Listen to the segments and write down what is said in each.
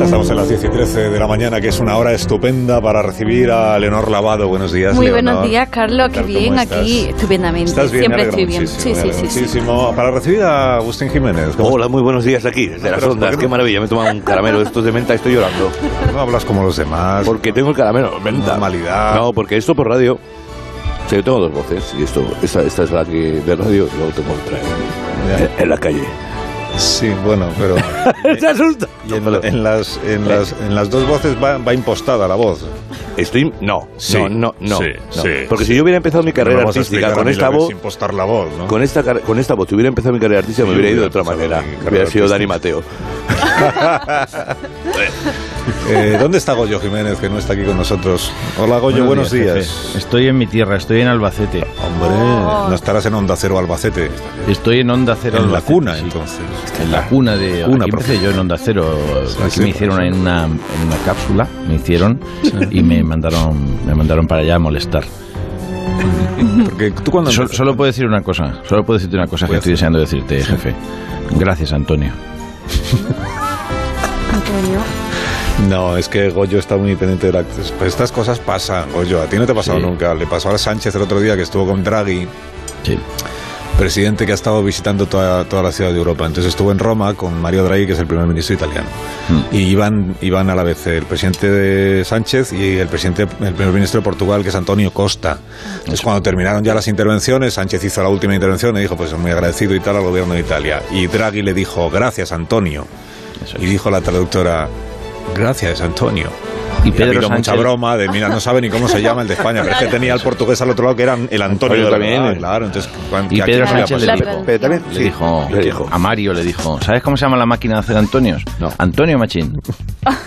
Estamos en las 10 y 13 de la mañana, que es una hora estupenda para recibir a Leonor Lavado. Buenos días, Muy Leonor. buenos días, Carlos. Qué tal? ¿Cómo bien estás? aquí, estupendamente. ¿Estás bien? Me Siempre alegro estoy bien. muchísimo, Sí, me sí, alegro sí, sí. muchísimo. Para recibir a Agustín Jiménez. ¿Cómo Hola, muy buenos días de aquí, desde las Pero, ¿por ondas. qué Qué no? maravilla, me he tomado un caramelo de estos de menta y estoy llorando. estás? No hablas como los demás. Porque tengo el caramelo, de menta. Normalidad. No, porque esto por radio. O sea, yo tengo dos voces y esto, esta, esta es la que de radio y luego tengo otra en, Ya. en la calle. Sí, bueno, pero ¡Se asusta! y en, en las, en, Eh. las, en las dos voces va, va impostada la voz. Estoy. No, Sí, no, no, no. sí, no. sí, porque si yo hubiera empezado mi carrera Vamos a artística explicar con a esta Miller voz. sin impostar la voz, ¿no? Con esta, car- con esta voz, si hubiera empezado mi carrera artística, Yo me hubiera ido de hubiera otra empezado manera. mi carrera Hubiera sido artística. Dani Mateo. Eh, ¿Dónde está Goyo Jiménez, que no está aquí con nosotros? Hola, Goyo, buenos, días. jefe. Estoy en mi tierra, estoy en Albacete. Hombre, Oh. no estarás en Onda Cero Albacete. Estoy en Onda Cero. en la Albacete, cuna, sí. entonces. En la cuna de. Cuna, aquí empecé profe. yo en Onda Cero. Aquí sí, me hicieron en una, en una cápsula, me hicieron y me mandaron, me mandaron para allá a molestar. Porque tú cuando... Sol- solo puedo decir una cosa, solo puedo decirte una cosa que Pues- estoy deseando decirte, jefe. Gracias, Antonio. Antonio. No, es que Goyo está muy pendiente de la... Pues estas cosas pasan, Goyo. A ti no te ha pasado Sí. nunca. Le pasó a Sánchez el otro día que estuvo con Draghi, Sí. presidente que ha estado visitando toda, toda la ciudad de Europa. Entonces estuvo en Roma con Mario Draghi, que es el primer ministro italiano. Mm. Y iban, iban a la vez el presidente de Sánchez y el, presidente, el primer ministro de Portugal, que es Antonio Costa. Entonces cuando terminaron ya las intervenciones, Sánchez hizo la última intervención y dijo, pues muy agradecido y tal al gobierno de Italia. Y Draghi le dijo, gracias, Antonio. Eso Y dijo la traductora, gracias, Antonio. Y Y ha habido mucha Sánchez- broma de, mira, no sabe ni cómo se llama el de España, pero es que tenía el portugués al otro lado que era el Antonio Antonio de también, verdad, eh. claro, entonces, cuan- Y que aquí Pedro no había Sánchez le La pasado. traducción. Pero también. Le dijo, le dijo. a Mario le dijo, ¿sabes cómo se llama la máquina de hacer Antonios? No. Antonio Machín.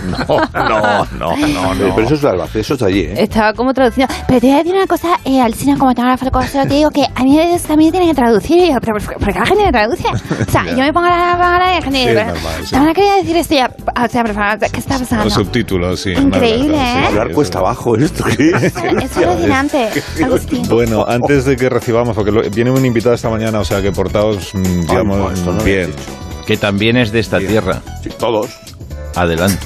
No, no, no, no. Pero eso es Albacete, eso es allí, ¿eh? Estaba como traduciendo. Pero te voy a decir una cosa, eh, Alcina, como te hablas Falcao, te digo que a mí a veces también tienen que traducir. Y yo, pero ¿por por qué la gente me traduce? O sea, Ya. yo me pongo la palabra de Sí, gente. es pero- normal, sí. Te van a querer decir esto ya. O sea, por favor, ¿qué está pasando? Los subtítulos, sí. una Increíble, verdad, ¿eh? sí, Hablar eso. cuesta abajo, ¿esto qué es? Es fascinante, Agustín. Bueno, antes de que recibamos, porque lo- viene un invitado esta mañana, o sea que portaos, mm, digamos, no, esto no lo bien. he dicho. Que también es de esta tierra. Sí, todos. Adelante.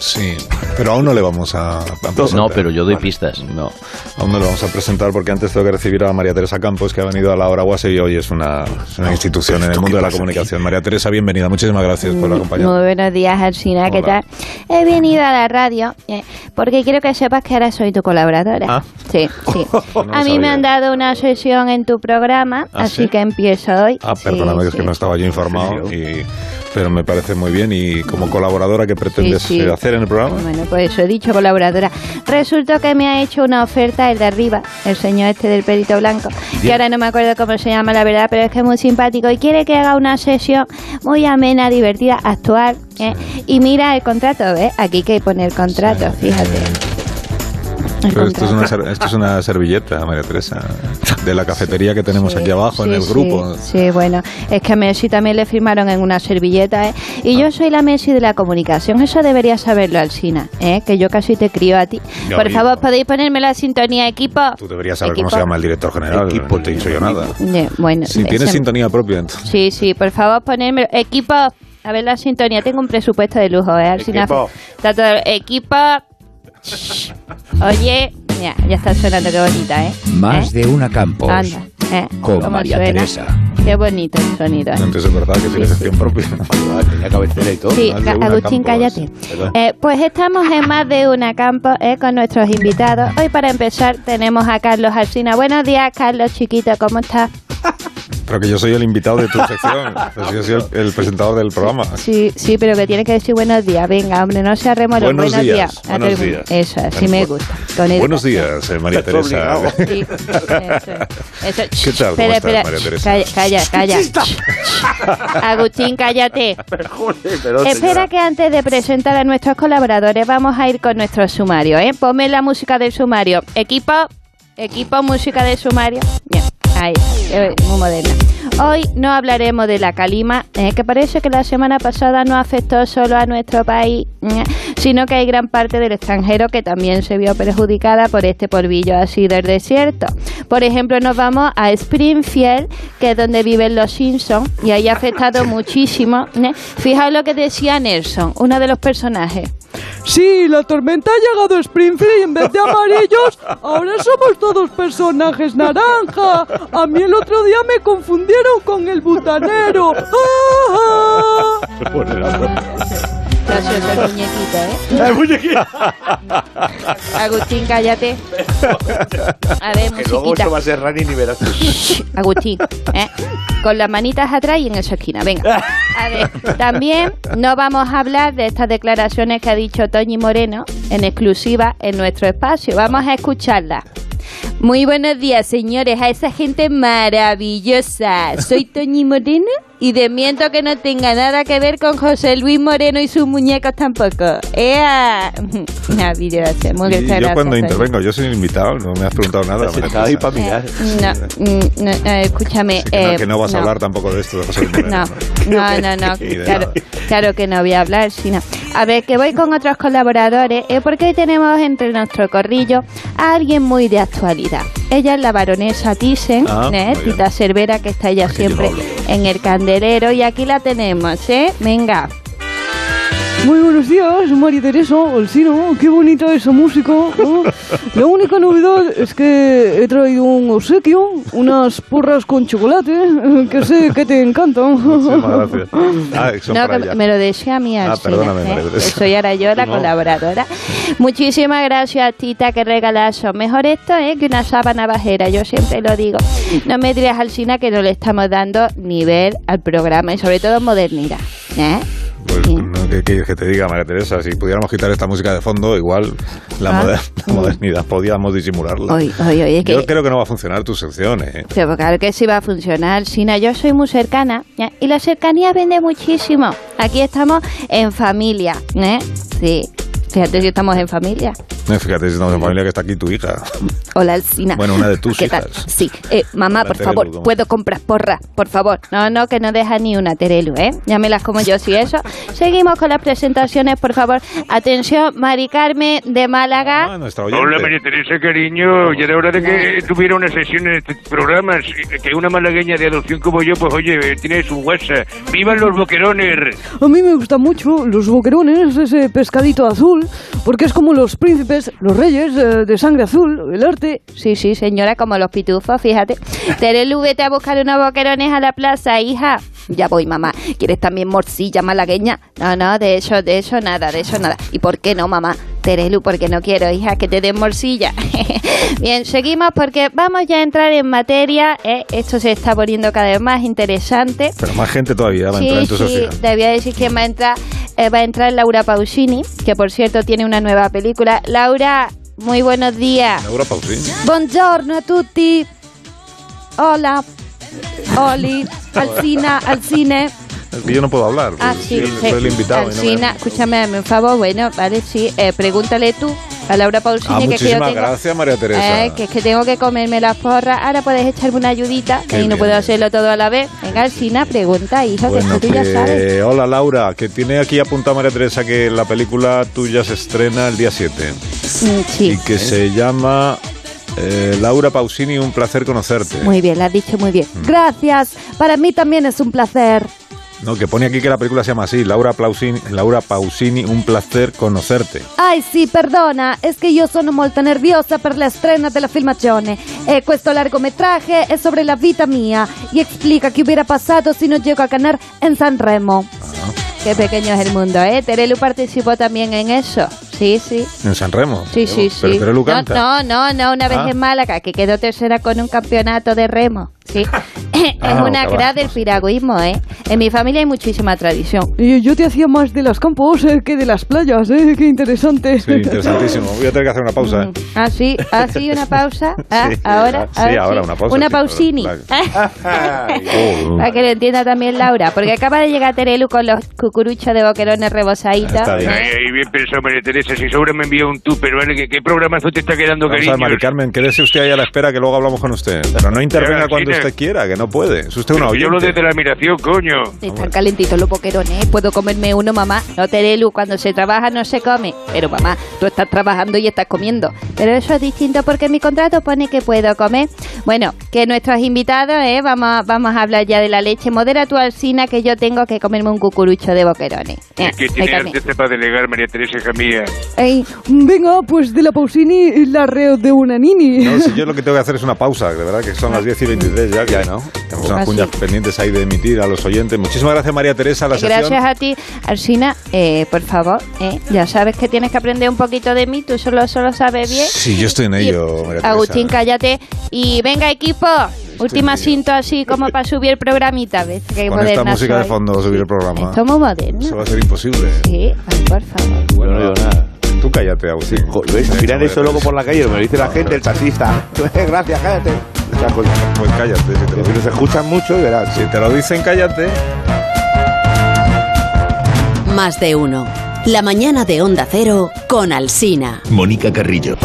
Sí, pero aún no le vamos a, a presentar. No, pero yo doy pistas. No. Aún no le vamos a presentar porque antes tengo que recibir a María Teresa Campos, que ha venido a la hora Guase y hoy es una, es una institución en el mundo de la comunicación. María Teresa, bienvenida. Muchísimas gracias por Mm, Muy acompañarnos. buenos días, Alcina, ¿qué Hola. tal? He venido a la radio eh, porque quiero que sepas que ahora soy tu colaboradora. Ah. Sí, sí. No a mí sabía. me han dado una sesión en tu programa, ¿Ah, así sí? que empiezo hoy. Ah, Sí, perdóname, es sí. que no estaba yo informado, y- pero me parece muy bien. ¿Y como colaboradora qué pretendes Sí, sí. eh, hacer en el programa? Bueno, pues eso he dicho colaboradora. Resulta que me ha hecho una oferta el de arriba, el señor este del pelito blanco, que ahora no me acuerdo cómo se llama la verdad, pero es que es muy simpático y quiere que haga una sesión muy amena, divertida, actual. ¿eh? Y mira el contrato, ¿ves? Aquí que pone el contrato, fíjate. El Pero Pues esto, es una, contrato. ser- esto es una servilleta, María Teresa, de la cafetería que tenemos Sí, aquí abajo en sí, el sí, grupo. Sí, bueno, es que a Messi también le firmaron en una servilleta, ¿eh? Y yo soy la Messi de la comunicación, eso deberías saberlo, Alsina, ¿eh? Que yo casi te crío a ti. Ya Por oí, favor, ¿no? ¿podéis ponerme la sintonía, equipo? Tú deberías saber Equipo. cómo se llama el director general, Equipo, no te he dicho yo nada. Eh, bueno, Si eh, tienes se- sintonía propia, entonces. Sí, sí, por favor, ponerme... Equipo, a ver la sintonía, tengo un presupuesto de lujo, ¿eh? Alsina, Equipo. Está todo- Equipo... Shh. Oye, ya, ya está sonando, qué bonita, ¿eh? Más ¿Eh? de una Campos. Anda, ¿eh? con ¿Cómo María suena? Teresa. Qué bonito el sonido. ¿eh? Entonces es verdad que tienes sección propia. Ah, Tenía cabecera y todo. Sí, más de Ga- una Agustín, Campos. cállate. Perdón. Eh, pues estamos en más de una campo eh, con nuestros invitados. Hoy para empezar tenemos a Carlos Alsina. Buenos días, Carlos chiquito, ¿cómo estás? Pero que yo soy el invitado de tu sección. Pues yo soy el, el presentador del programa. Sí, sí, pero que tiene que decir buenos días. Venga, hombre, no sea remolón. Buenos Buenos, días, días. a buenos todo el mundo. días. Eso, así me gusta. Con Buenos educación. días, eh, María Estás Teresa. obligado. Sí, eso, eso. ¿Qué tal? ¿Cómo estás, Espera, María espera. Ch, Teresa? Calla, calla, calla. Agustín, cállate. Espera que antes de presentar a nuestros colaboradores vamos a ir con nuestro sumario, ¿eh? Ponme la música del sumario. Equipo, equipo, música del sumario. Bien, ahí, eh, muy moderna. Hoy no hablaremos de la calima, eh, que parece que la semana pasada no afectó solo a nuestro país, eh, sino que hay gran parte del extranjero que también se vio perjudicada por este polvillo así del desierto. Por ejemplo, nos vamos a Springfield, que es donde viven los Simpsons, y ahí ha afectado muchísimo. ¿eh? Fijaos lo que decía Nelson, uno de los personajes. Sí, la tormenta ha llegado a Springfield y en vez de amarillos, ahora somos todos personajes naranja. A mí el otro día me confundieron con el butanero. ¡Ah! Gracioso el muñequito, ¿eh? Agustín, cállate. A ver, Que luego musiquita. esto va a ser Rani ni verás. Agustín, ¿eh? con las manitas atrás y en esa esquina. Venga. A ver, también no vamos a hablar de estas declaraciones que ha dicho Toñi Moreno en exclusiva en nuestro espacio. Vamos a escucharlas. Muy buenos días, señores, a esa gente maravillosa. Soy Toñi Moreno y demiento que no tenga nada que ver con José Luis Moreno y sus muñecos tampoco. ¡Ea! Maravillosa, muy Y gracias. yo cuando Toñi. intervengo, yo soy el invitado, no me has preguntado nada. María Estaba ahí Teresa. para mirar. Eh, No, mm, no, no, escúchame. Así que, no, eh, que no vas a hablar tampoco de esto de José Luis No, Moreno. no, no, no. Y de Claro, nada. claro que no voy a hablar, sino. A ver, que voy con otros colaboradores, eh, porque hoy tenemos entre nuestro corrillo a alguien muy de actualidad. Ella es la baronesa Thyssen, Ah, muy ¿eh? bien. Ah, Tita Cervera, que está ella que yo no siempre hablo. en el candelero, y aquí la tenemos, ¿eh? Venga. Muy buenos días, María Teresa, Olsino, qué bonita esa música. ¿no? La única novedad es que he traído un obsequio, unas porras con chocolate, que sé que te encantan. Muchísimas gracias. Ah, son No, para que allá. me lo decía a mí Ah, al final, perdóname, ¿eh? María Que Teresa. Soy ahora yo la colaboradora. Muchísimas gracias, Tita, que regalazo. Mejor esto ¿eh? que una sábana bajera, yo siempre lo digo. No me digas al Sina que no le estamos dando nivel al programa y sobre todo modernidad. ¿eh? Pues, Sí. no, ¿qué quieres que te diga, María Teresa? Si pudiéramos quitar esta música de fondo, igual la, Ah. moder- la modernidad podíamos disimularla. Hoy, hoy, hoy, es que... Yo creo que no va a funcionar tu sección, ¿eh? Pero claro que sí va a funcionar, Sina. Yo soy muy cercana ¿ya? y la cercanía vende muchísimo. Aquí estamos en familia, ¿eh? Sí. Fíjate si estamos en familia. No, Fíjate, si estamos en familia que está aquí tu hija. Hola, Alcina. Bueno, una de tus ¿Qué tal? hijas. Sí. Eh, mamá, Hola, por Terelu, favor, ¿cómo ¿puedo comprar porras? Por favor. No, no, que no deja ni una, Terelu, ¿eh? Ya me las como yo, si eso. Seguimos con las presentaciones, por favor. Atención, Mari Carmen de Málaga. Ah, nuestra oyente. Hola María Teresa, cariño. Ya era hora de que tuviera una sesión en estos programas. Que una malagueña de adopción como yo, pues oye, tiene su WhatsApp. ¡Vivan los boquerones! A mí me gustan mucho los boquerones, ese pescadito azul, porque es como los príncipes, los reyes eh, de sangre azul, el arte. Sí, sí, señora, como los pitufos, fíjate. Terelu, vete a buscar unos boquerones a la plaza, hija. Ya voy, mamá. ¿Quieres también morcilla malagueña? No, no, de eso, de eso nada, de eso nada. ¿Y por qué no, mamá? Terelu, porque no quiero, hija, que te den morcilla. Bien, seguimos porque vamos ya a entrar en materia. ¿eh? Esto se está poniendo cada vez más interesante. Pero más gente todavía va a entrar en tu sí, sección. debía decir que va a entrar, eh, va a entrar Laura Pausini, que por cierto tiene una nueva película. Laura, muy buenos días. En Europa, pues sí. Buongiorno a tutti. Hola. Oli. Alcina, Alcine. Es que yo no puedo hablar. Ah, porque soy el- sí. sí. Soy el invitado. y no me- Alcina, escúchame, hazme un favor. Bueno, vale, sí. eh, pregúntale tú a Laura Pausini. Ah, que es que yo muchísimas tengo- gracias, María Teresa. Eh, que es que tengo que comerme las porras. Ahora puedes echarme una ayudita. Qué y no bien. puedo hacerlo todo a la vez. Venga, Alcina, pregunta, hija, Bueno, pues, que tú ya que- sabes. Hola Laura, que tiene aquí apuntado María Teresa que la película tuya se estrena el día 7 Mm, y Sí. que se llama eh, Laura Pausini, un placer conocerte. Muy bien, la has dicho muy bien. Mm. Gracias. Para mí también es un placer. No, que pone aquí que la película se llama así, Laura, Plausini, Laura Pausini, un placer conocerte. Ai sì, perdona, è che io sono molto nerviosa per la strena della filmazione. E questo largometraggio è sobre la vita mia e explica che hubiera passato se non llego a ganar en Sanremo. Ah. Qué pequeño es el mundo, ¿eh? Terelu participó también en eso. Sí, sí. En San Remo. Sí, sí, sí. Pero Terelu no, canta. no, no, no, una vez Ah. en Málaga, que quedó tercera con un campeonato de remo. Sí, es Ah, una boca cra abajo. del piragüismo, ¿eh? En mi familia hay muchísima tradición. Y yo te hacía más de las campos eh, que de las playas, ¿eh? Qué interesante. Sí, interesantísimo. Voy a tener que hacer una pausa. ¿eh? Ah, sí, ah, sí, una pausa. Ah, Sí, ahora, sí, ahora una pausa, sí, pausini. ah, claro. Para que lo entienda también Laura, porque acaba de llegar Terelu con los cucuruchos de boquerones rebosaditos. Está bien. Ay, ay, Eh, bien pensado, María Teresa. Si sobra me envía un tupper, ¿vale? ¿Qué, qué programazo te está quedando, Vamos a ver, cariño? Mari Carmen, quédese usted ahí a la espera que luego hablamos con usted. Pero no intervenga Pero, cuando Alcina. usted quiera, que no puede. Es usted una Yo hablo desde oyente. la admiración, coño. Están calentitos los boquerones, ¿eh? puedo comerme uno, mamá. No Terelu, cuando se trabaja no se come. Pero mamá, tú estás trabajando y estás comiendo. Pero eso es distinto porque en mi contrato pone que puedo comer. Bueno, que nuestros invitados, ¿eh? vamos, a- vamos a hablar ya de la leche. Modera tu alcina que yo tengo que comerme un cucurucho de boquerones. Eh, Es que hay tiene que- antes para delegar, María Teresa, hija mía. Ey, Venga, pues de la Pausini la reo de una nini. No, si yo lo que tengo que hacer es una pausa, de verdad que son las 10 y 23 ya, que Ya, ¿no? Tenemos unas Ah, cuñas sí. pendientes ahí de emitir a los oyentes. Muchísimas gracias, María Teresa. La sección. Gracias a ti, Alsina. eh, por favor, eh, ya sabes que tienes que aprender un poquito de mí. Tú solo, solo sabes bien. Sí, yo estoy en Y- ello, María Agustín, Teresa. cállate. Y venga, equipo. Última cinta así como para subir el programita. ¿ves? Que Con esta moderna música de soy. fondo va a subir el programa. Esto es muy moderno. Eso va a ser imposible. Sí, ay, por favor. Yo no digo nada. Tú cállate, Agustín. Jo- ¿Ves? Venga, Mirar eso María luego por la calle, me lo dice la gente, el taxista. Eh, Gracias, cállate. Esas cosas. Teresa. Pues cállate, si te lo Que nos dicen. escuchan mucho y verás. Si te lo dicen, cállate. Más de uno. La mañana de Onda Cero con Alsina. Mónica Carrillo.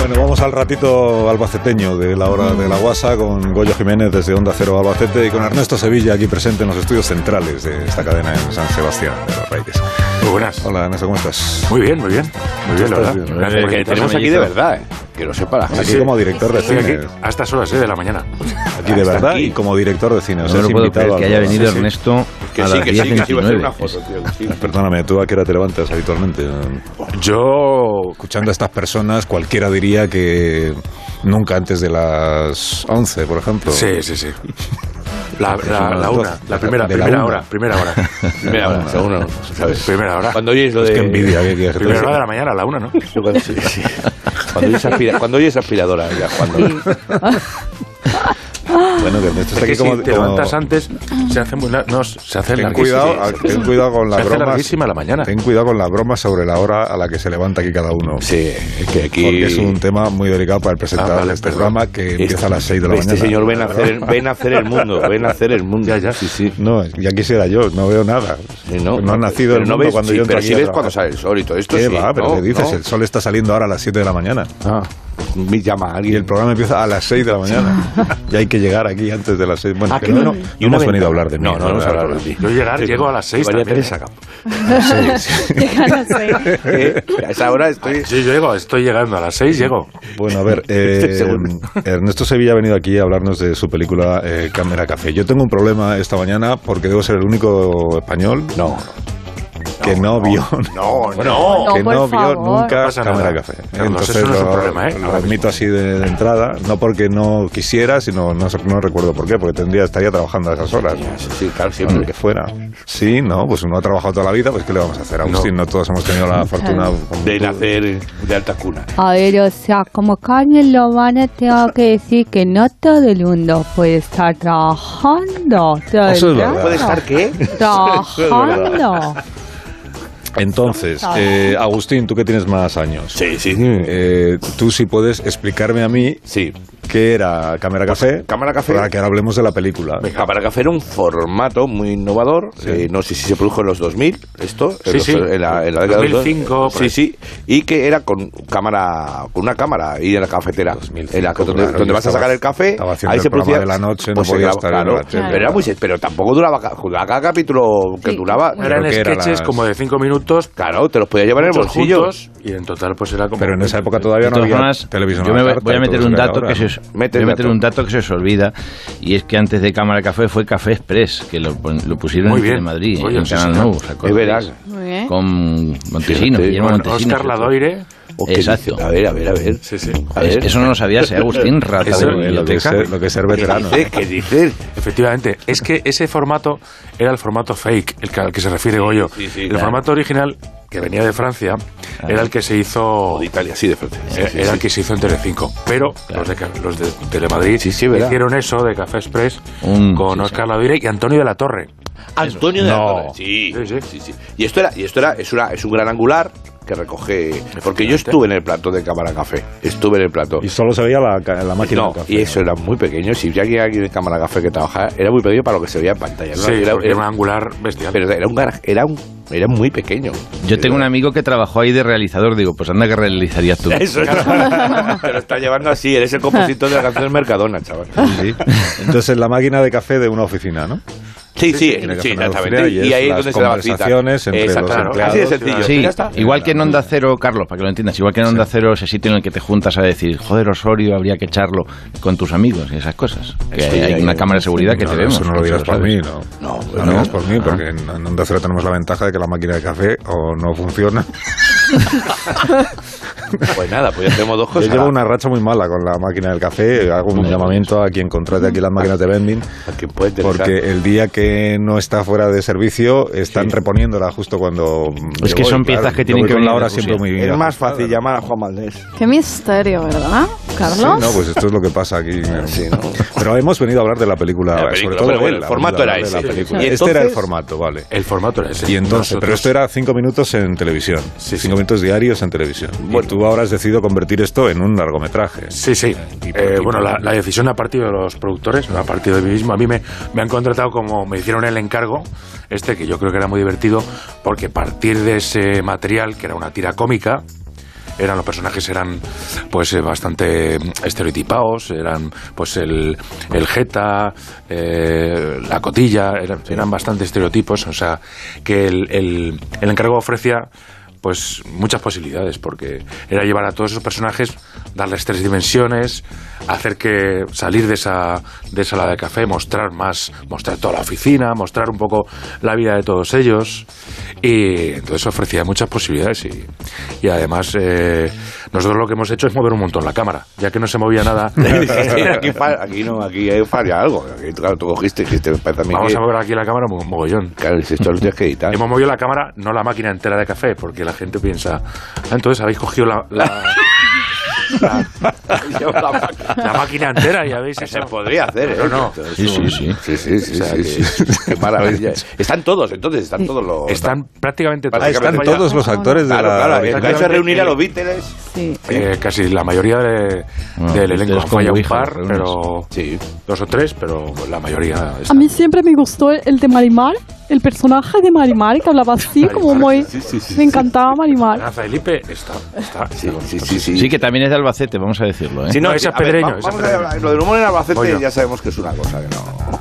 Bueno, vamos al ratito albaceteño de la hora de la guasa con Goyo Jiménez desde Onda Cero Albacete y con Ernesto Sevilla aquí presente en los estudios centrales de esta cadena en San Sebastián de los Reyes. Muy buenas. Hola, Ernesto, ¿cómo estás? Muy bien, muy bien. Muy bien, la verdad. bien, Gracias por Que invitarme. tenemos aquí de verdad, ¿eh? Que lo sepa la Aquí gente. como director de Estoy cine. aquí a estas horas eh, de la mañana. Aquí de verdad aquí. y como director de cine. O No sea, me lo es puedo invitado creer que al haya programa. venido Sí, sí. Ernesto Que a sí, que sí, las que sí, iba a hacer 10.29. una foto, tío. que sí. Perdóname, ¿tú a qué hora te levantas habitualmente? Yo. Escuchando a estas personas, cualquiera diría que nunca antes de las 11, por ejemplo. Sí, sí, sí. La, la, la una, la primera, De la primera una. hora, primera hora. Primera hora, segunda hora, ¿sabes? Primera hora. Cuando oyes lo de. Qué envidia que quieres que te Primera diga. hora de la mañana, la una, ¿no? Yo cuando- sí, sí. Cuando oyes, aspira- cuando oyes aspiradora, ya, cuando. Bueno, que Ernesto Es está que aquí como... si te como- levantas antes, se hace muy lar- no, se hace Ten larguísimo. cuidado, a- ten cuidado con Se las hace bromas. larguísima la mañana. Ten cuidado con las bromas sobre la hora a la que se levanta aquí cada uno. Sí, es que aquí. Porque es un tema muy delicado para el presentador Ah, vale, de este perdón. programa que empieza a las 6 de la este mañana. señor ven a, hacer el, ven a hacer el mundo, ven a hacer el mundo. Ya, ya. Sí, sí. No, es- ya quisiera yo, no veo nada. Sí, no, ha nacido el pero mundo ves, cuando sí, yo entro pero aquí sí a ves trabajar. cuando sale el sol y todo esto. ¿Qué sí, va? ¿Pero ¿no? qué dices? ¿no? El sol está saliendo ahora a las 7 de la mañana. Ah, pues me llama a Y alguien. el programa empieza a las 6 de la mañana. y hay que llegar aquí antes de las 6. Bueno, Ah, que que no, no, no y una hemos venido ventana. a hablar de mí. No, no hemos hablado de ti. Yo llegar, llego a las seis María también. Teresa Campo. Eh, A esa hora estoy. Sí, yo llego, estoy llegando a las seis, llego. Bueno, a ver, eh, Ernesto Sevilla ha venido aquí a hablarnos de su película eh, Cámara Café. Yo tengo un problema esta mañana porque debo ser el único español No, que no, vio, No, no. que No, por no vio favor. nunca No pasa nada. Cámara Café. Carlos, eso no es un problema, ¿eh? lo Ahora mismo. admito así de, de entrada, no porque no quisiera, sino no, sé- no recuerdo por qué, porque tendría estaría trabajando a esas horas. sí, sí, claro, Hombre, siempre. que fuera. Sí, no, pues uno ha trabajado toda la vida, pues ¿qué le vamos a hacer? Agustín, no, todos hemos tenido la fortuna. De nacer de alta cuna. A ver, o sea, como Carmen Lomana tengo que decir que no todo el mundo puede estar trabajando. Eso es verdad. ¿Puede estar qué? Trabajando. Entonces, eh, Agustín, tú que tienes más años, Sí, sí. eh, tú sí puedes explicarme a mí Sí. qué era Cámara Café. Cámara Café. Para que ahora hablemos de la película. Cámara Café era un formato muy innovador. eh, no sé si se produjo en los 2000, esto. en Sí, los- sí. En la, en la década de los 2005, por Sí, ahí. sí. Y que era con cámara, con una cámara y en la cafetera. 2005, en la- donde, claro, donde yo vas a estaba- sacar el café. estaba haciendo Ahí el se programa producía. de la noche, no pues se podía grababa, estar en la claro. tele. Pero, era muy, sen- pero tampoco duraba. ca- Jugaba cada capítulo que Sí. duraba. Creo Eran que era sketches las- como de cinco minutos, Claro, te los podía llevar en el muchos bolsillo. juntos, y en total pues era como... Pero en esa época De todavía no todas había formas, televisión. yo me la voy, carta voy a y meter todo un eso dato ahora. que se os, Mete voy a el meter dato. un dato que se os olvida y es que antes de Cámara Café fue Café Express que lo, pon- lo pusieron Muy en bien. Madrid Oye, en sí, Canal señor. Nou, ¿os Es acordáis? verdad. bien. con Montesinos, Sí, Guillermo bueno, Montesinos. Oscar Ladoire. ¿O qué Exacto. dice? A ver, a ver, a ver. Sí, sí. A Es- ver. Eso no lo sabías, ¿eh, Agustín? Rata Eso de es Eh, lo, que es biblioteca. ser, lo que es ser veterano. ¿Qué dice? ¿Qué dice? Efectivamente, es que ese formato era el formato fake, el que, al que se refiere Goyo. el claro. formato original, que venía de Francia, era el que se hizo... O Oh, de Italia, sí, de Francia. era era el que se hizo en Telecinco, pero los, de, Ca- los de Telemadrid Sí, sí, ¿verdad? hicieron eso de Café Express Un- con sí, Oscar Ladoire y Antonio de la Torre. Antonio de No. la Torre. Sí, Sí, sí, sí. sí. Y esto era, y esto era, es una, es un gran angular que recoge. Porque yo estuve en el plato de Cámara Café. Estuve en el plato. Y solo se veía la, ca- la máquina No, del café. y eso era muy pequeño. Si ya que alguien de Cámara Café que trabajaba, era muy pequeño para lo que se veía en pantalla. ¿no? Sí, era, porque era- era un angular bestial. pero era un garaje, era un, era muy pequeño. Yo tengo un amigo que trabajó ahí de realizador, digo, pues anda que realizarías tú. Eso es. Te lo está llevando así, eres el compositor de la canción Mercadona, chaval. Sí. Entonces la máquina de café de una oficina, ¿no? Sí, sí, Tiene que sí, hacer una exactamente. oficina y Y ahí es es donde las se daba cita. conversaciones entre los Exactamente. empleados. Así de sencillo. Sí, Ya está. igual que en Onda Cero, Carlos, para que lo entiendas, igual que en Onda Cero es ese sitio en el que te juntas a decir, joder, Osorio, habría que echarlo con tus amigos y esas cosas. Que Eso hay, ya, hay ya, una ya. cámara de seguridad que No, te no, vemos. Eso no lo tú dirás por sabes. mí, ¿no? No, No lo dirás por mí, porque en en Onda Cero tenemos la ventaja de que la máquina de café o no funciona. Pues nada, pues ya tenemos dos Yo cosas. llevo una racha muy mala con la máquina del café. Hago un llamamiento a quien contrate aquí las máquinas de vending. Que puede interesar. Porque el día que no está fuera de servicio, están reponiéndola justo cuando. Es yo que son piezas que yo tienen voy que con venir la de hora Rusia. siempre muy bien. Es más fácil llamar a Juan Valdés. Qué misterio, ¿verdad, Sí, Carlos? no, pues esto es lo que pasa aquí. Pero hemos venido a hablar de la película. De la sobre película, todo pero él, bueno, el ha formato venido a hablar era de la ese. película. Sí. Y Este era el entonces- formato, vale. El formato era ese. Y entonces, pero Nosotros- esto era cinco minutos en televisión, Sí, cinco sí. minutos diarios en televisión. Bueno. Y tú ahora has decidido convertir esto en un largometraje. Sí, sí. Y por- Eh, y por- bueno, la, la decisión ha partido de los productores, no ha partido de mí mismo. A mí me, me han contratado como me hicieron el encargo, este que yo creo que era muy divertido, porque partir de ese material, que era una tira cómica, eran los personajes eran pues eh, bastante mm, estereotipados, eran pues el, el Jeta, eh, la cotilla, eran, eran bastante estereotipos, o sea, que el, el, el encargo ofrecía pues muchas posibilidades, porque era llevar a todos esos personajes, darles tres dimensiones, hacer que salir de esa, de esa lada de café, mostrar más, mostrar toda la oficina, mostrar un poco la vida de todos ellos. Y entonces ofrecía muchas posibilidades y, y además eh, nosotros lo que hemos hecho es mover un montón la cámara, ya que no se movía nada. aquí, fa- aquí no, aquí hay falla algo. Aquí, claro, tú cogiste y dijiste, me parece a mí Vamos que- a mover aquí la cámara un mogollón. Claro, dices, esto lo tienes que editar. Hemos movido la cámara, no la máquina entera de café, porque la gente piensa, "Ah, entonces habéis cogido la, la- la máquina entera y habéis Se hecho- podría hacer, ¿eh? Pero no. Sí, sí, sí. Sí, sí, sí, O sí, sea, que- sí. Qué maravilla. Están todos, entonces, están todos los... Están prácticamente todos. Ah, están Prácticamente todos los actores de Claro, la. claro, original. hay que reunir a los Beatles. Sí. Eh, casi la mayoría de- Bueno, del elenco. ustedes con Falla un Ouija par, reúnes. pero Sí. dos o tres, pero la mayoría. A están. mí siempre me gustó el de Marimar, el personaje de Marimar que hablaba así como muy... Me encantaba Marimar. Ana Ah, Felipe está. está, Sí, está- sí, sí, sí. Sí, que también es de Albacete, vamos a decirlo, ¿eh? Sí, no, sí, ese es a ver, pedreño, va- ese vamos es a pedreño. hablar- Lo del humor en Albacete Voy yo. ¿Eh? ya sabemos que es una cosa que no...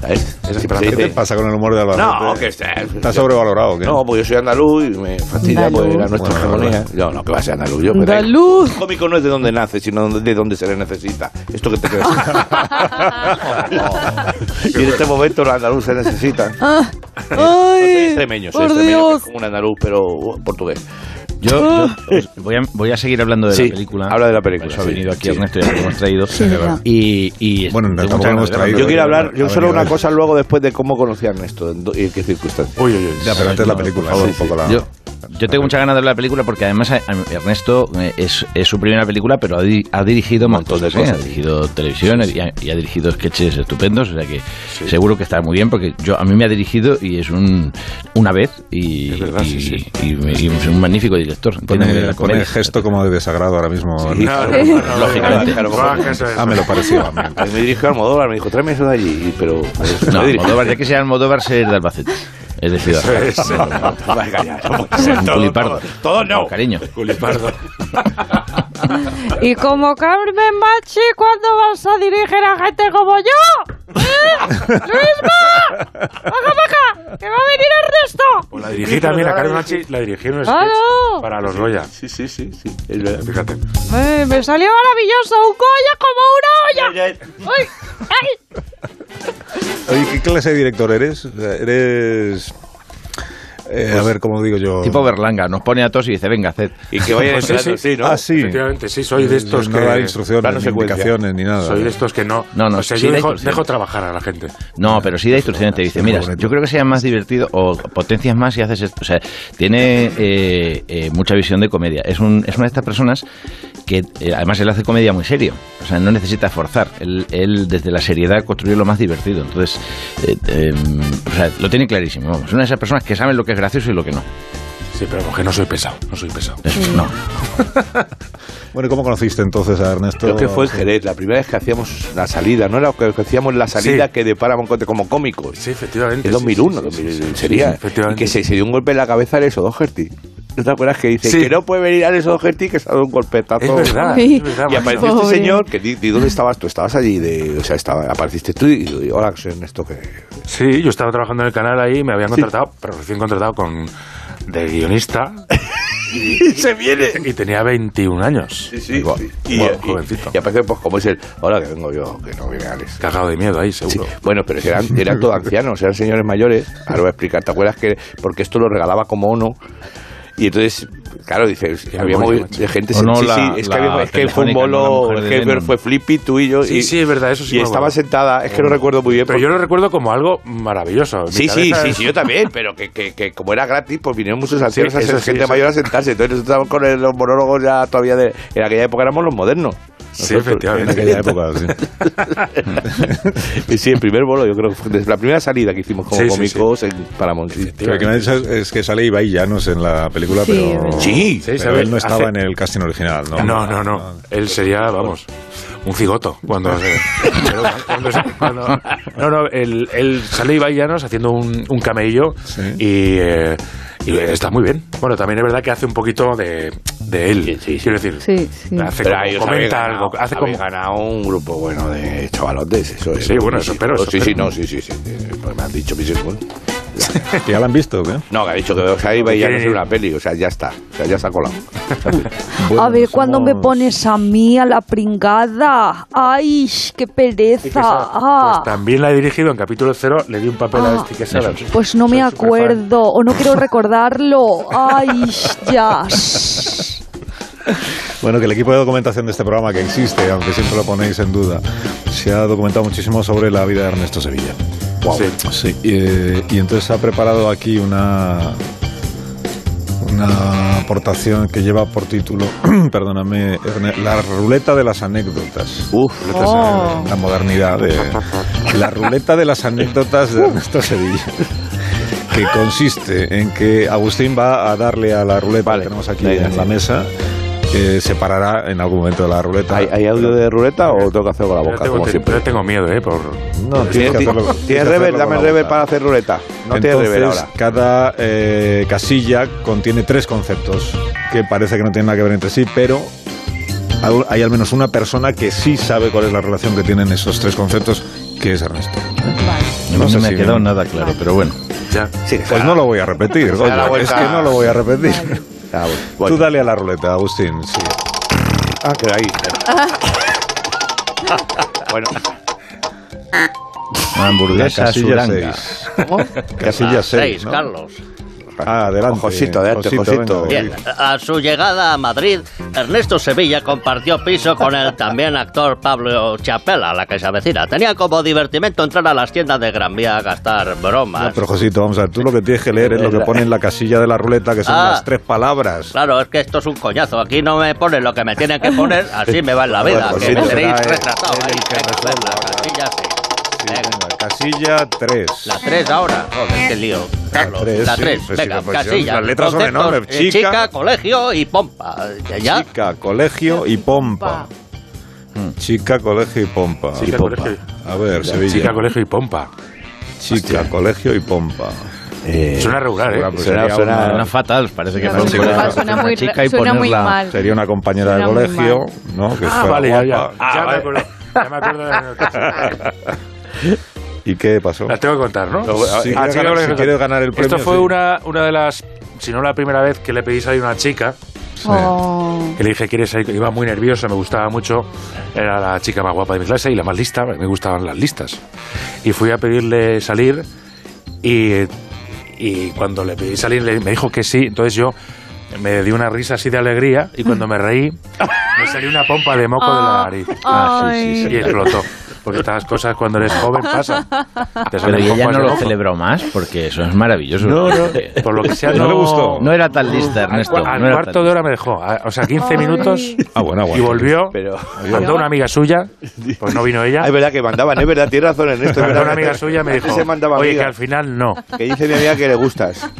¿Sabes? Esa es Sí, para sí, ¿Qué te sí. pasa con el humor de Albacete? No, que está... Está sobrevalorado. ¿o qué? No, porque yo soy andaluz y me fastidia Andaluz. pues, la nuestra Bueno, hegemonía. No, no, que va a ser andaluz yo. pero- Andaluz. El cómico no es de donde nace, sino de donde se le necesita. Esto que te crees. y en este momento los andaluces necesitan. Ah, Soy ay, extremeño, soy por extremeño, que es Dios. como un andaluz, pero uh, portugués. Yo, yo os- voy, a, voy a seguir hablando de Sí, la película. habla de la película, Por Eso ha sí, venido sí. aquí Ernesto, ya lo hemos traído. verdad. y, y Bueno, tengo tampoco muchas lo hemos ganas de traído. verlo. Yo quiero hablar, yo Ha solo venido una él. cosa luego después de cómo conocí a Ernesto en do- y en qué circunstancias. Uy, uy, uy. Ya, pero antes la no, película. por favor, un poco la- Yo, yo tengo muchas ganas de ver la película porque además a- a- Ernesto eh, es, es su primera película, pero ha, di- ha dirigido un montón de cosas. Ha dirigido televisión y ha, y ha dirigido sketches estupendos, o sea que seguro que está muy bien porque yo a mí me ha dirigido y es un una vez y, Es verdad, y, sí, sí. y me- y es un magnífico director. Tiene que ver Pone, la pone comedia. el gesto como de desagrado ahora mismo. Ernesto. No, no, Claro, no, no, Lógicamente. no, no, no, no, eso es. Ah, me lo pareció a mí. A mí me dirigió Almodóvar, me dijo, tráeme eso de allí, y- pero... No, me dirigió- Almodóvar, ya que sea Almodóvar, ser de Albacete. Es de Ciudad Real. Eso es. Venga, ya, no puede ser, Un todo, culipardo. todo, todo no. Con cariño. Gulipardo. Y como Carmen Machi, ¿cuándo vas a dirigir a gente como yo? ¿Eh? ¡Luisma! ¡Baja, baja! ¡Que va a venir Ernesto! Pues la dirigí también a Carmen Machi, la dirigí en un sketch ¡Claro! para los Goya. Sí, sí, sí, sí, es verdad. Fíjate. Eh, me salió maravilloso, un colla como una olla. ¡Ay! ¡Ay! Oye, ¿qué clase de director eres? Eres. Eh, a ver, ¿cómo digo yo? Tipo Berlanga, nos pone a todos y dice, venga, haced. Y que vayan Pues sí, entrando, sí. sí, ¿no? Ah, sí. Efectivamente, sí, soy de Eh, estos no que... da instrucciones, plano ni secuencia. indicaciones, ni nada. ¿eh? Soy de estos que no... No, no, o sea, sí yo da dejo, instrucciones. dejo trabajar a la gente. No, pero sí da instrucciones. Te dice, mira, yo creo que sea más divertido o potencias más si haces esto. O sea, tiene eh, eh, mucha visión de comedia. Es, un, es una de estas personas que eh, además él hace comedia muy serio. O sea, no necesita forzar. Él, él, desde la seriedad construye lo más divertido. Entonces, eh, eh, o sea, lo tiene clarísimo. Vamos, es una de esas personas que saben lo que es gracioso y lo que no. Sí, pero porque no soy pesado, no soy pesado. Eso, no. Bueno, ¿cómo conociste entonces a Ernesto? Creo que fue en Jerez, la primera vez que hacíamos la salida, ¿no? Era que que hacíamos la salida Sí. que de Paramount Conte como cómicos. Sí, efectivamente. En sí, sí, 2001, sí, sí, 2000 sí, sí, sería. sí, efectivamente. Y que se, se dio un golpe en la cabeza al Eso Doherty. ¿No te acuerdas que dice Sí. que no puede venir al Eso Doherty que se ha dado un golpetazo? Es verdad, Sí. es verdad. Y macho. apareció este Pobre. señor, que di, di, ¿dónde estabas tú? Estabas allí, de, o sea, estaba, apareciste tú y, y hola, soy Ernesto. Que... Sí, yo estaba trabajando en el canal ahí, me habían contratado, pero recién contratado con de guionista se viene! y tenía 21 años. Sí, Ahí sí, va, sí. jo- jovencito. y, y aparece, pues, como es el, hola, que vengo yo, que no viene Alex. Cagado de miedo ahí, Sí, seguro. Bueno, pero eran, eran todos ancianos, eran señores mayores. Ahora voy a explicar, ¿te acuerdas que.? Porque esto lo regalaba como ono. Y entonces, claro, dices, Qué habíamos memoria, de gente. Ono, sí, sí, la- es que, la habíamos- es que fue un telefónica, ¿no? La bolo. mujer Es de que Lennon. fue Flippy, tú y yo. Sí, y, sí, es verdad, eso sí Y me estaba acuerdo. sentada, es que Mm. no recuerdo muy bien. Pero yo porque- lo recuerdo como algo maravilloso. en mi Sí, sí, cabeza sí, es- sí, yo también, pero que, que, que como era gratis, pues vinieron muchos ancianos Sí, a eso ser sí, gente eso mayor a sí. sentarse. Entonces nosotros estábamos con el- los monólogos ya todavía de. En aquella época éramos los modernos. Sí, Nosotros- En efectivamente. aquella época, sí. Y sí, el primer bolo, yo creo, que fue desde la primera salida que hicimos como Sí, sí, cómicos en Paramount. Sí. Pero al final es, es que sale Ibai Llanos en la película, Sí, es pero... verdad. Sí. Sí, Pero ¿sabes? él no Hace- estaba en el casting original, ¿no? No, no, no. Él sería, vamos, un cigoto. Cuando se- pero cuando se- cuando- no, no, él, él sale Ibai Llanos haciendo un, un camello Sí. y, eh, y está muy bien. Bueno, también es verdad que hace un poquito de, de él. Sí, sí, sí. Quiero decir, Sí, sí. hace Pero como- ahí os habéis comenta ganado- algo. Hace habéis como, ganado un grupo bueno de chavalotes, eso es. Oh, Sí, bueno, eso espero, eso sí, sí, espero. no, sí, sí, sí. eh, Pues me han dicho mis hijos. Que ya la han visto, ¿qué? No, que ha dicho que o sea, iba y ya no Sí. es una peli, o sea, ya está. O sea, ya está colado. a ver, cuando ¿cuándo me pones a mí a la pringada? ¡Ay, qué pereza! Sí, que esa- Ah, Pues también la he dirigido en capítulo cero, le di un papel a Ah. este que Adams. pues no me Soy superfan. acuerdo, o no quiero recordarlo. ¡Ay, ya! Bueno, que el equipo de documentación de este programa que existe, aunque siempre lo ponéis en duda, se ha documentado muchísimo sobre la vida de Ernesto Sevilla. Sí. Sí, y, eh, y entonces ha preparado aquí una una aportación que lleva por título, perdóname, Erne- la ruleta de las anécdotas. Uf, Oh. La modernidad de la ruleta de las anécdotas de Ernesto Sevilla. Que consiste en que Agustín va a darle a la ruleta Vale, que tenemos aquí venga, en sí. la mesa. eh, se parará en algún momento de la ruleta. ¿Hay, hay audio de ruleta o tengo que hacerlo con la Yo boca, tengo, como siempre? yo tengo miedo, ¿eh? Por... No, tienes que hacerlo. ¿Tienes, que rever? hacerlo con Dame la rever boca. para hacer ruleta. No tienes Entonces, rever ahora. cada eh, casilla contiene tres conceptos que parece que no tienen nada que ver entre sí, pero al- hay al menos una persona que sí sabe cuál es la relación que tienen esos tres conceptos, que es Ernesto. No, sé me si ha quedado bien. nada claro, pero bueno. Ya. Sí, Pues no lo voy a repetir, Se da la Goyo, es vuelta. que no lo voy a repetir. Ah, bueno. Tú dale a la ruleta, Agustín. sí. Ah, que ahí. bueno, La Hamburguesa casilla suranga. seis. Casilla 6. Carlos. Ah, adelante. Josito, adelante, Josito. venga, Bien, sí. a su llegada a Madrid, Ernesto Sevilla compartió piso con el también actor Pablo Chapela, la que se avecina. Tenía como divertimento entrar a las tiendas de Gran Vía a gastar No, bromas. pero Josito, vamos a ver, tú lo que tienes que leer es lo que pone en la casilla de la ruleta, que son Ah. las tres palabras. Claro, es que esto es un coñazo. Aquí no me ponen lo que me tienen que poner, Ah, así me va en la vida. Bueno, que me Josito, E, tenéis será él- retrasado. él el Ahí, que eh. venga, resuelva venga, así ya sí. Venga, Venga, casilla 3. La 3 ahora, joder, qué lío. Carlos, tres, la sí, 3, pues sí, venga, pues sí, casilla. las letras son conceptos, enormes, eh, chica. colegio y pompa. Ya, ya. Chica, colegio y pompa. Hmm. Chica, colegio y pompa. Chica, Y pompa. colegio, A ver, Sevilla. chica, colegio y pompa. Chica, colegio y pompa. eh, Suena regular, ¿eh? Suena, pues, Suena- sería, suena- una, Suena fatal, parece que Suena parece muy que mal, hacer suena una muy- chica y suena muy ponerla- mal. sería una compañera del Suena muy colegio, mal. ¿no? Que Ah, fuera vale, ya, ya. guapa. Ya me acuerdo. Ya me acuerdo de ¿Y qué pasó? La tengo que contar, ¿no? No, si quieres chica, ganar- si colegio, colegio. quieres ganar el premio, Esto fue sí. una, una de las, si no la primera vez que le pedí salir a una chica, Sí. Oh. que le dije, ¿quieres salir? Iba muy nerviosa, me gustaba mucho. Era la chica más guapa de mi clase y la más lista, me gustaban las listas. Y fui a pedirle salir y, Y cuando le pedí salir, le- me dijo que sí. Entonces yo me di una risa así de alegría y cuando me reí, me salió una pompa de moco de la Ah, nariz. Ah, sí, sí, sí. Y explotó. Porque estas cosas cuando eres joven pasan. Te salen Pero y ella pompas no de lo moco. celebró más porque eso es maravilloso. Eh, No, no, por lo que sea, no- No era tan lista, Al Ernesto. cua- Al, no era cuarto tan de hora me dejó. A- O sea, 15 Ay. minutos. Ah, bueno, Y aguanta. volvió. Pero- mandó una amiga suya. Pues no vino ella. Es verdad que mandaban, es verdad, tienes razón en esto. es Mandó verdad. este una amiga suya me dijo. Se mandaba Oye, amiga". que al final no. Que dice mi amiga que le gustas.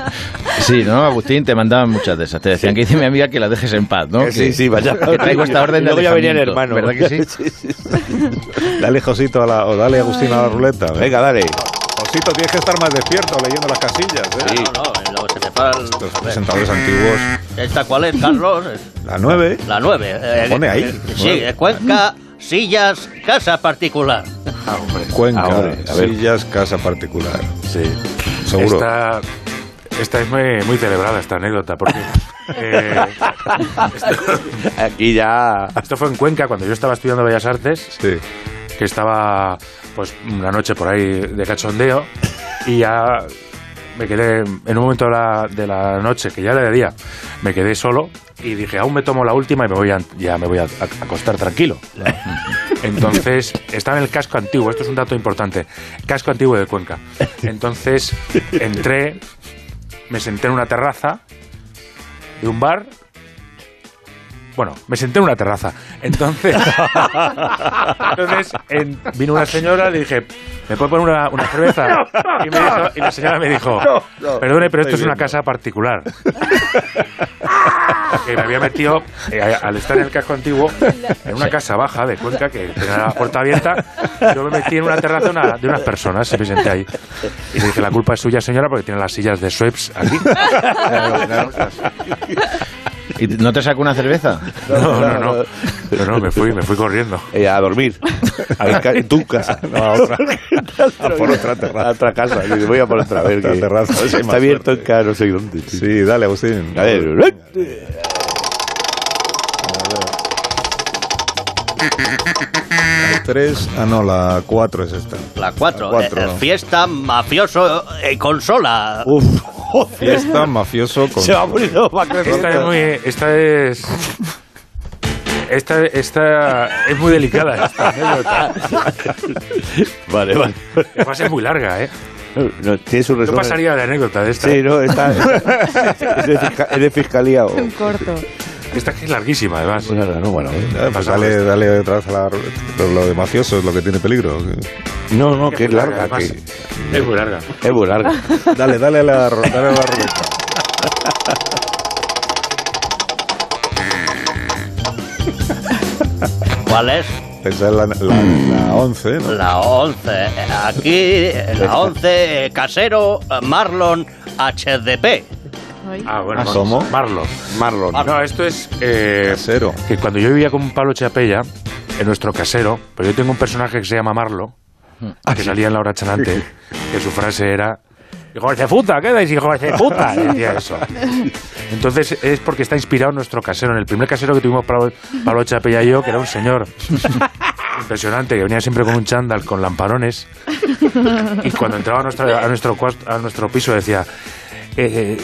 Sí, ¿no, Agustín? Te mandaban muchas de esas. Te decían que dice mi amiga que la dejes en paz, ¿no? Que sí, Que- sí, vaya. Que traigo esta orden de Luego ya venía el alejamiento, hermano. ¿Verdad que sí? Dale, Josito, a la, o dale, Agustín, a la ruleta. Venga, dale. Josito, tienes que estar más despierto leyendo las casillas. ¿eh? No, no, lo que te falta- Los presentadores antiguos. ¿Esta cuál es, Carlos? La 9. La 9. Pone ahí. sí, eh, Cuenca, sillas, casa particular. Cuenca, Ahora, a ver. sillas, casa particular. Sí. Seguro. Esta, esta es muy, muy celebrada, esta anécdota. Porque. eh, Aquí ya. Esto fue en Cuenca, cuando yo estaba estudiando Bellas Artes. Que estaba, pues, una noche por ahí de cachondeo. Y ya me quedé, en un momento de la, de la noche, que ya era de día, me quedé solo. Y dije, aún me tomo la última y me voy a- ya me voy a, a acostar tranquilo. Entonces, estaba en el casco antiguo, esto es un dato importante, casco antiguo de Cuenca. Entonces, entré, me senté en una terraza de un bar. Bueno, me senté en una terraza. Entonces, entonces en- vino una señora, le dije, ¿me puedo poner una, una cerveza? Y, me dijo- y la señora me dijo, No, no, perdone, pero esto es estoy una casa particular. que me había metido, eh, al estar en el casco antiguo, en una casa baja de Cuenca que tenía la puerta abierta, yo me metí en una terraza de, una- de unas personas, se me senté ahí. Y le dije, la culpa es suya, señora, porque tiene las sillas de Schweppes aquí. ¿Y no te saco una cerveza? No, no, no. No, no, me fui, me fui corriendo. eh, a dormir. A mi ca- en tu casa. No, a otra. a por otra terraza. A otra casa. Y digo, voy a por otra. A ver, Otra que terraza, sí, más Está abierto en cada no sé dónde. Sí, dale, Agustín. A ver. La 3. Ah, no, la 4 es esta. La 4. cuatro, eh, no. Fiesta, mafioso eh, y consola. Uf, Fiesta, mafioso, con. Eh, Esta es muy. Esta es. Esta, esta es muy delicada. Esta anécdota. Vale, vale. Va a ser muy larga, ¿eh? No, tiene su Yo resumen. pasaría de anécdota de esta. Pues Sí, no, está. es, de fisca- es de fiscalía. o- corto. Esta que es larguísima, además. no, bueno. ¿eh? Ah, pues dale, dale otra vez a la ruleta. Pero lo de mafioso es lo que tiene peligro. No, no, que es larga. además. que- Es muy larga. Es muy larga. Dale, dale a la, ru- dale a la ruleta. ¿Cuál es? Esa es la, la, la 11, ¿no? La 11. Aquí, la 11, casero, Marlon, HDP. Ah, bueno. Ah, vamos. ¿cómo? Marlon. Marlon. Ah, no, esto es. eh, Casero. Que cuando yo vivía con Pablo Chapella, en nuestro casero, pero yo tengo un personaje que se llama Marlo, que salía en la hora chanante, que su frase era. ¡Hijos de puta! ¿Qué dais, hijos de puta? Y decía eso. Entonces es porque está inspirado en nuestro casero, en el primer casero que tuvimos Pablo, Pablo Chapella y yo, que era un señor impresionante, que venía siempre con un chándal, con lamparones, y cuando entraba a nuestra- a nuestro, cuas- a nuestro piso decía, eh,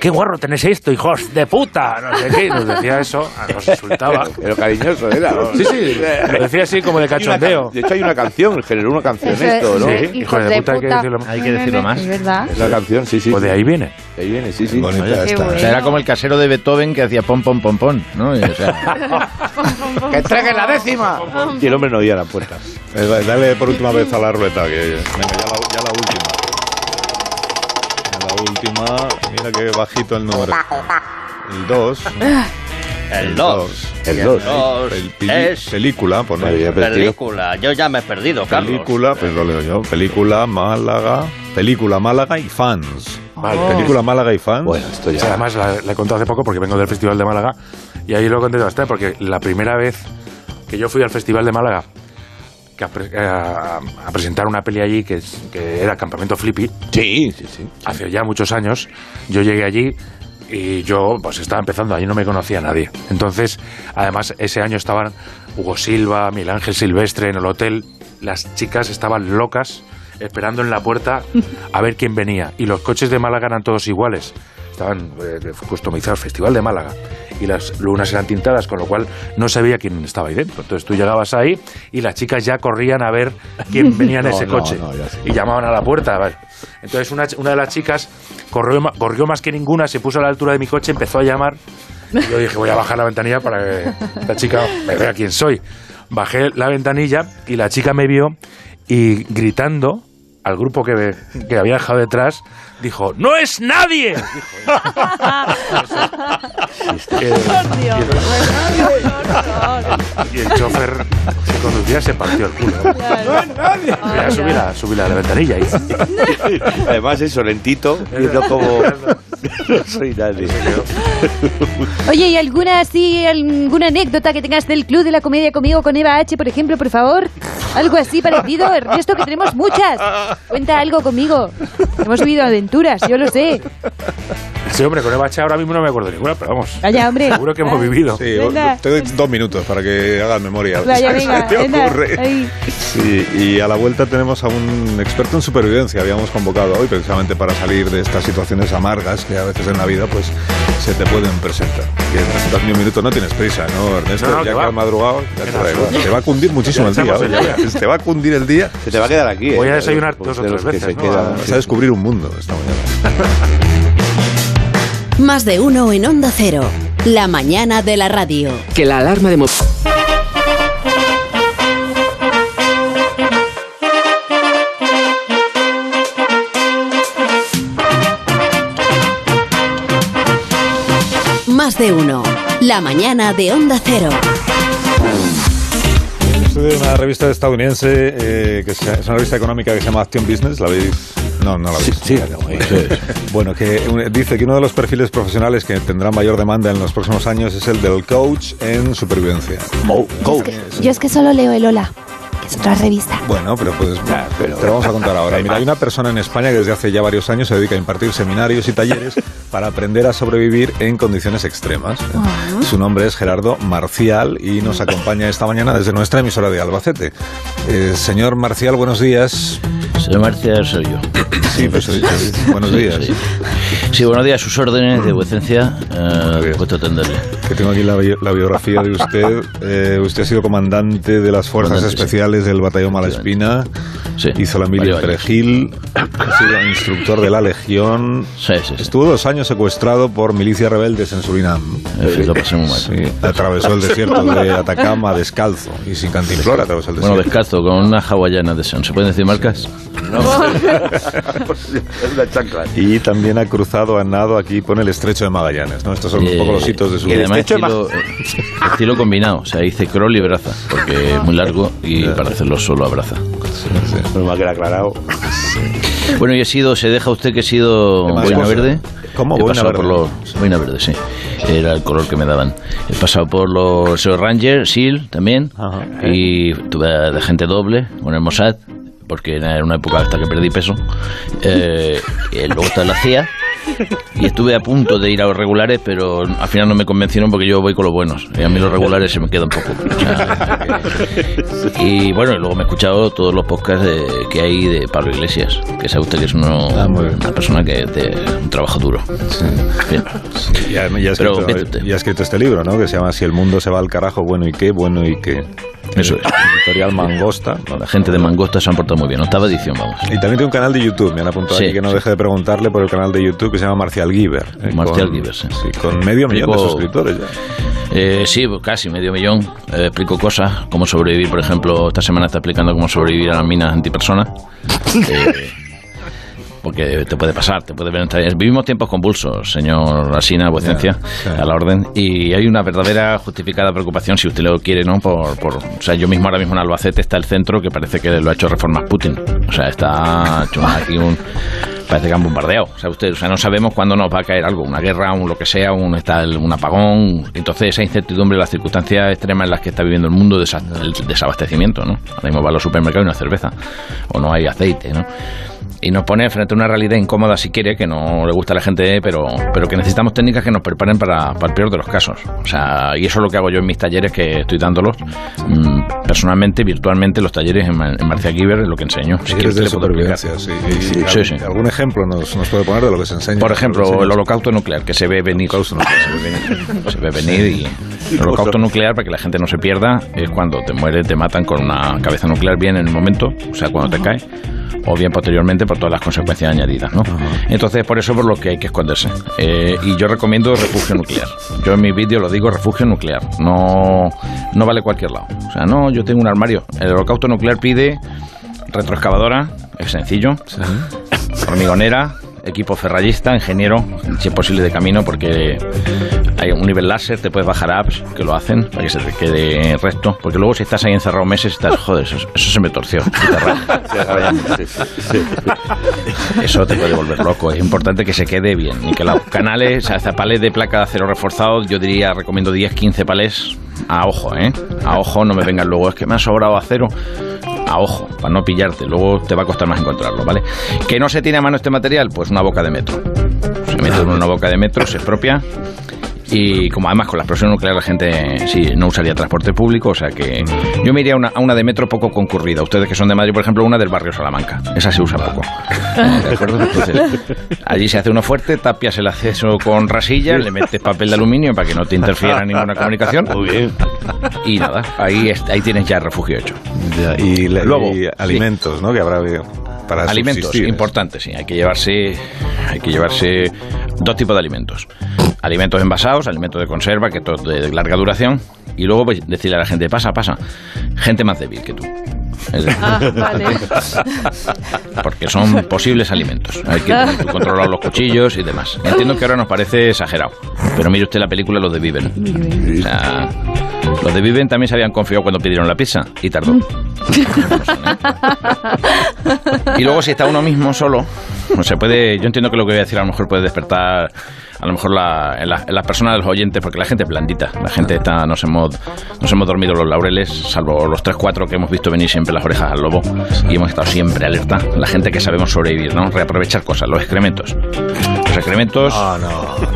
¿qué guarro tenéis esto, hijos de puta? No sé qué, y nos decía eso, nos insultaba. Pero cariñoso era. ¿no? Sí, sí, lo decía así como de Hay una cachondeo. can- De hecho, hay una canción, generó una canción Eso es, esto, ¿no? sí, hijos Hijos de de puta, hay que puta. decirlo más. Hay que decirlo más. Es verdad. La canción, sí, sí. Pues de ahí viene. De ahí viene, sí, sí. Oye, Qué o sea, bueno. era como el casero de Beethoven que hacía pom, pom, pom, pom. ¿no? Y, o sea, ¡Que entreguen la décima! Y el hombre no oía la puerta. Eh, dale- Dale por última vez a la ruleta. Que, venga, ya la, ya la última. Ya la última. Mira que bajito el número. El 2. El 2. El 2. dos El pi- es- Película, pues no había Película. Yo ya me he perdido, Carlos. Película, pues lo leo yo. Película Málaga. Película Málaga y fans. Vale. Película Málaga y fans. Ah. Bueno, esto O sea, además, la, la he contado hace poco porque vengo del Festival de Málaga y ahí lo conté bastante porque la primera vez que yo fui al Festival de Málaga que a, pre- a- a presentar una peli allí que, es- que era Campamento Flippy. Sí, sí, sí. Hace ya muchos años yo llegué allí y yo pues estaba empezando, allí no me conocía nadie. Entonces, además ese año estaban Hugo Silva, Miguel Ángel Silvestre en el hotel, las chicas estaban locas esperando en la puerta a ver quién venía. Y los coches de Málaga eran todos iguales. Estaban eh, customizados, Festival de Málaga. Y las lunas eran tintadas, con lo cual no sabía quién estaba ahí dentro. Entonces tú llegabas ahí y las chicas ya corrían a ver quién venía en No, ese no, coche. no, ya sé. y llamaban a la puerta. a ver. Entonces una, ch- una de las chicas corrió, ma- corrió más que ninguna, se puso a la altura de mi coche, empezó a llamar. Y yo dije, voy a bajar la ventanilla para que la chica me vea quién soy. Bajé la ventanilla y la chica me vio y gritando al grupo que, que había dejado detrás, dijo, ¡No es nadie! Eh, y, el, y el chofer que conducía se partió el culo. Voy a subir a, subir a la ventanilla. ahí. Además, eso, lentito, viendo como. No soy nadie. Oye, ¿y alguna, así, alguna anécdota que tengas del Club de la Comedia conmigo con Eva H, por ejemplo, por favor? Algo así parecido, Ernesto, que tenemos muchas. Cuenta algo conmigo. Hemos vivido aventuras, yo lo sé. Sí, hombre, con el bache ahora mismo no me acuerdo ninguna, pero vamos. Vaya, hombre. Seguro que hemos vivido. Sí, Venga. te doy dos minutos para que hagas memoria. Vaya, ¿Qué se venga, te venga, ocurre? ahí. Sí, y a la vuelta tenemos a un experto en supervivencia. Habíamos convocado hoy precisamente para salir de estas situaciones amargas que a veces en la vida pues se te pueden presentar. Y en ni un minuto no tienes prisa, ¿no, Ernesto? No, no, que ya que va. has madrugado, ya te, En da igual. absoluto. Te va a cundir muchísimo el Ya día. estamos ¿eh? en la- Te va a cundir el día. Se te va a quedar aquí. Voy eh, a desayunar de- dos o de tres los que veces, se ¿no? Ah, quedan. Vas a descubrir un mundo esta mañana. Más de uno en Onda Cero. La mañana de la radio. Que la alarma de mo- Más de uno. La mañana de Onda Cero. Soy de una revista estadounidense eh, que se- es una revista económica que se llama Action Business, ¿la veis? No, no la veis. Sí, Bueno, que un- dice que uno de los perfiles profesionales que tendrá mayor demanda en los próximos años es el del coach en supervivencia. coach. Yo es que solo leo el Hola, que es otra revista. Bueno, pero pues te lo vamos a contar ahora. Mira, hay una persona en España que desde hace ya varios años se dedica a impartir seminarios y talleres para aprender a sobrevivir en condiciones extremas. Su nombre es Gerardo Marcial y nos acompaña esta mañana desde nuestra emisora de Albacete. Eh, señor Marcial, buenos días. Señor Marcial, soy yo. Sí, pues sí, sí. buenos Sí, días. sí. Sí, buenos días. Sus órdenes de vuecencia, eh, puesto atenderle. Que tengo aquí la, bi- la biografía de usted. Eh, usted ha sido comandante de las Fuerzas Comandante, sí. Especiales del Batallón Malaspina. Hizo la mili en varios años. Perejil. Ha sido instructor de la Legión. Estuvo dos años secuestrado por milicias rebeldes en Surinam. En fin, lo pasé muy mal. Sí, Atravesó el desierto de Atacama descalzo y sin cantimplora atravesó el desierto. Bueno, descalzo, con una hawaiana de son. ¿Se pueden decir marcas? Y también ha cruzado a nado aquí, pone el estrecho de Magallanes. ¿no? Estos son un poco los hitos de su Eh, Y además estilo, eh, estilo combinado, o sea, hice crawl y braza, porque es muy largo y para hacerlo solo a braza. Normal que lo ha aclarado. Bueno, yo he sido, se deja usted que he sido Además, boina cosa. verde. ¿Cómo? He Boina pasado verde. por los boina verde, sí. Era el color que me daban. He pasado por los soy Ranger, SEAL también y tuve de gente doble, con el Mossad, porque era una época hasta que perdí peso. Eh, y luego está la CIA. Y estuve a punto de ir a los regulares, pero al final no me convencieron porque yo voy con los buenos. Y a mí los regulares se me quedan poco. O sea, y bueno, y luego me he escuchado todos los podcasts de- que hay de Pablo Iglesias, que sabe usted que es uno- una persona que es de un trabajo duro. Bien. Ya, ya ha Pero, escrito, vete. ya ha escrito este libro, ¿no? Que se llama Si el mundo se va al carajo, bueno y qué, bueno y qué. Eso es. Editorial Mangosta. La gente de Mangosta se han portado muy bien. Octava edición, vamos. Y también tiene un canal de YouTube, me han apuntado Sí, aquí que no deje de preguntarle por el canal de YouTube que se llama Marcial Giver. eh, Marcial con- Giver, sí. Con medio millón de Explico- suscriptores ya. Eh, sí, pues casi medio millón. Eh, explico cosas, cómo sobrevivir, por ejemplo, esta semana está explicando cómo sobrevivir a las minas antipersona. Eh, porque te puede pasar, te puede ver. en- Vivimos tiempos convulsos, señor Asina, vuecencia, a la orden. Y hay una verdadera justificada preocupación, si usted lo quiere, ¿no? Por, por- o sea, yo mismo ahora mismo en Albacete está el centro que parece que lo ha hecho reformas Putin. O sea, está hecho aquí un. parece que han bombardeado. O sea, usted, o sea, no sabemos cuándo nos va a caer algo, una guerra, un lo que sea, un, está el- un apagón. Entonces, esa incertidumbre, las circunstancias extremas en las que está viviendo el mundo, desa- el desabastecimiento, ¿no? Ahora mismo va a los supermercados y no hay cerveza, o no hay aceite, ¿no? Y nos pone frente a una realidad incómoda si quiere, que no le gusta a la gente, pero, pero que necesitamos técnicas que nos preparen para, para el peor de los casos. O sea, y eso es lo que hago yo en mis talleres que estoy dándolos mm, personalmente, virtualmente, los talleres en, Mar- en Marcia Giver, lo que enseño. Si Talleres quieres, te de lo puedo explicar. supervivencia, sí. Y- y Sí, al- sí. ¿Algún ejemplo nos, nos puede poner de lo que se enseña? Por ejemplo, el lo holocausto nuclear, que se ve venir. Se ve venir, se ve venir y el holocausto nuclear, para que la gente no se pierda, es cuando te muere, te matan con una cabeza nuclear bien en el momento, o sea, cuando te cae, o bien posteriormente por todas las consecuencias añadidas, ¿no? Entonces, por eso por lo que hay que esconderse. Eh, y yo recomiendo refugio nuclear. Yo en mi vídeo lo digo, refugio nuclear. No, no vale cualquier lado. O sea, no, yo tengo un armario. El holocausto nuclear pide retroexcavadora, es sencillo, hormigonera, equipo ferrallista, ingeniero, si es posible de camino, porque hay un nivel láser, te puedes bajar apps que lo hacen para que se te quede recto, porque luego si estás ahí encerrado meses, estás, joder, eso, eso se me torció. y te raya. Eso te puede volver loco. Es importante que se quede bien y que los canales, o sea, zapales de placa de acero reforzado, yo diría, recomiendo 10, 15 palés a ojo, ¿eh? A ojo, no me vengan luego, es que me ha sobrado acero. A ojo, para no pillarte, luego te va a costar más encontrarlo, ¿vale? ¿Que no se tiene a mano este material? Pues una boca de metro. Se mete en una boca de metro, se expropia. Y como además con la explosión nuclear la gente sí, no usaría transporte público, o sea que yo me iría a una, a una de metro poco concurrida. Ustedes que son de Madrid, por ejemplo, una del barrio Salamanca. Esa se usa poco. ¿De acuerdo? Entonces, allí se hace uno fuerte, tapias el acceso con rasillas, le metes papel de aluminio para que no te interfiera ninguna comunicación. Muy bien. Y nada, ahí, es- ahí tienes ya el refugio hecho. y, le- Luego, y sí. alimentos, ¿no? Que habrá eh, para alimentos subsistir. importantes sí hay que llevarse hay que llevarse dos tipos de alimentos alimentos envasados alimentos de conserva que todo de larga duración y luego pues, decirle a la gente pasa pasa gente más débil que tú Es decir, Ah, vale. porque son posibles alimentos. Hay que tener tú controlar los cuchillos y demás. Entiendo que ahora nos parece exagerado, pero mire usted la película Los de Viven. O sea, los de Viven también se habían confiado cuando pidieron la pizza y tardó. Y luego si está uno mismo solo, o sea, puede, yo entiendo que lo que voy a decir a lo mejor puede despertar a lo mejor la, en, la- en las personas de los oyentes, porque la gente es blandita, la gente está, nos hemos, nos hemos dormido los laureles, salvo los 3-4 que hemos visto venir siempre las orejas al lobo, y hemos estado siempre alerta, la gente que sabemos sobrevivir, ¿no? Reaprovechar cosas, los excrementos. Los excrementos... Ah,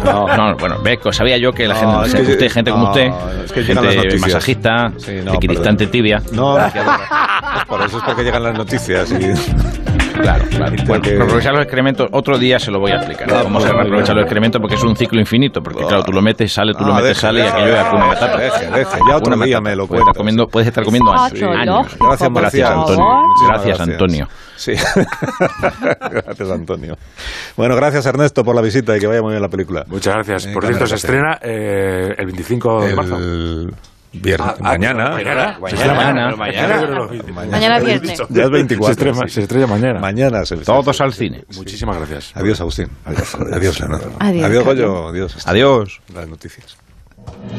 no, no. bueno, ve, sabía yo que la gente, No, es que- usted, gente como no, usted, es que llegan las gente noticias. masajista, Sí, no, equidistante perdón. tibia... No, no, por eso es porque llegan las noticias. Claro, claro. Bueno, reaprovechar los excrementos, otro día se lo voy a explicar. ¿no? Cómo se reaprovechan los excrementos, porque es un ciclo infinito. Porque, claro, tú lo metes, sale, tú lo Ah, metes, deja, sale, deja, y aquello es deja, una deja, matata. deja, deja. Ya otro Una día matata. me lo Puedes estar cuentas. comiendo- Puedes estar comiendo años. Sí. años. Gracias, Marcial. Antonio. Muchísimas Gracias, Antonio. Sí. gracias, Antonio. Bueno, gracias, Ernesto, por la visita y que vaya muy bien la película. Muchas gracias. Por cierto, se estrena eh, el 25 de marzo. Viernes, Ah, ah, mañana. mañana. Mañana. Se estrena mañana. Mañana. Mañana viernes. Ya es 24. Se estrena- se estrena mañana. Mañana se Todos al cine. Muchísimas gracias. Adiós, Agustín. Adiós, Leonardo. Adiós, Adiós, Carlos. Goyo. Adiós. Adiós. Las noticias.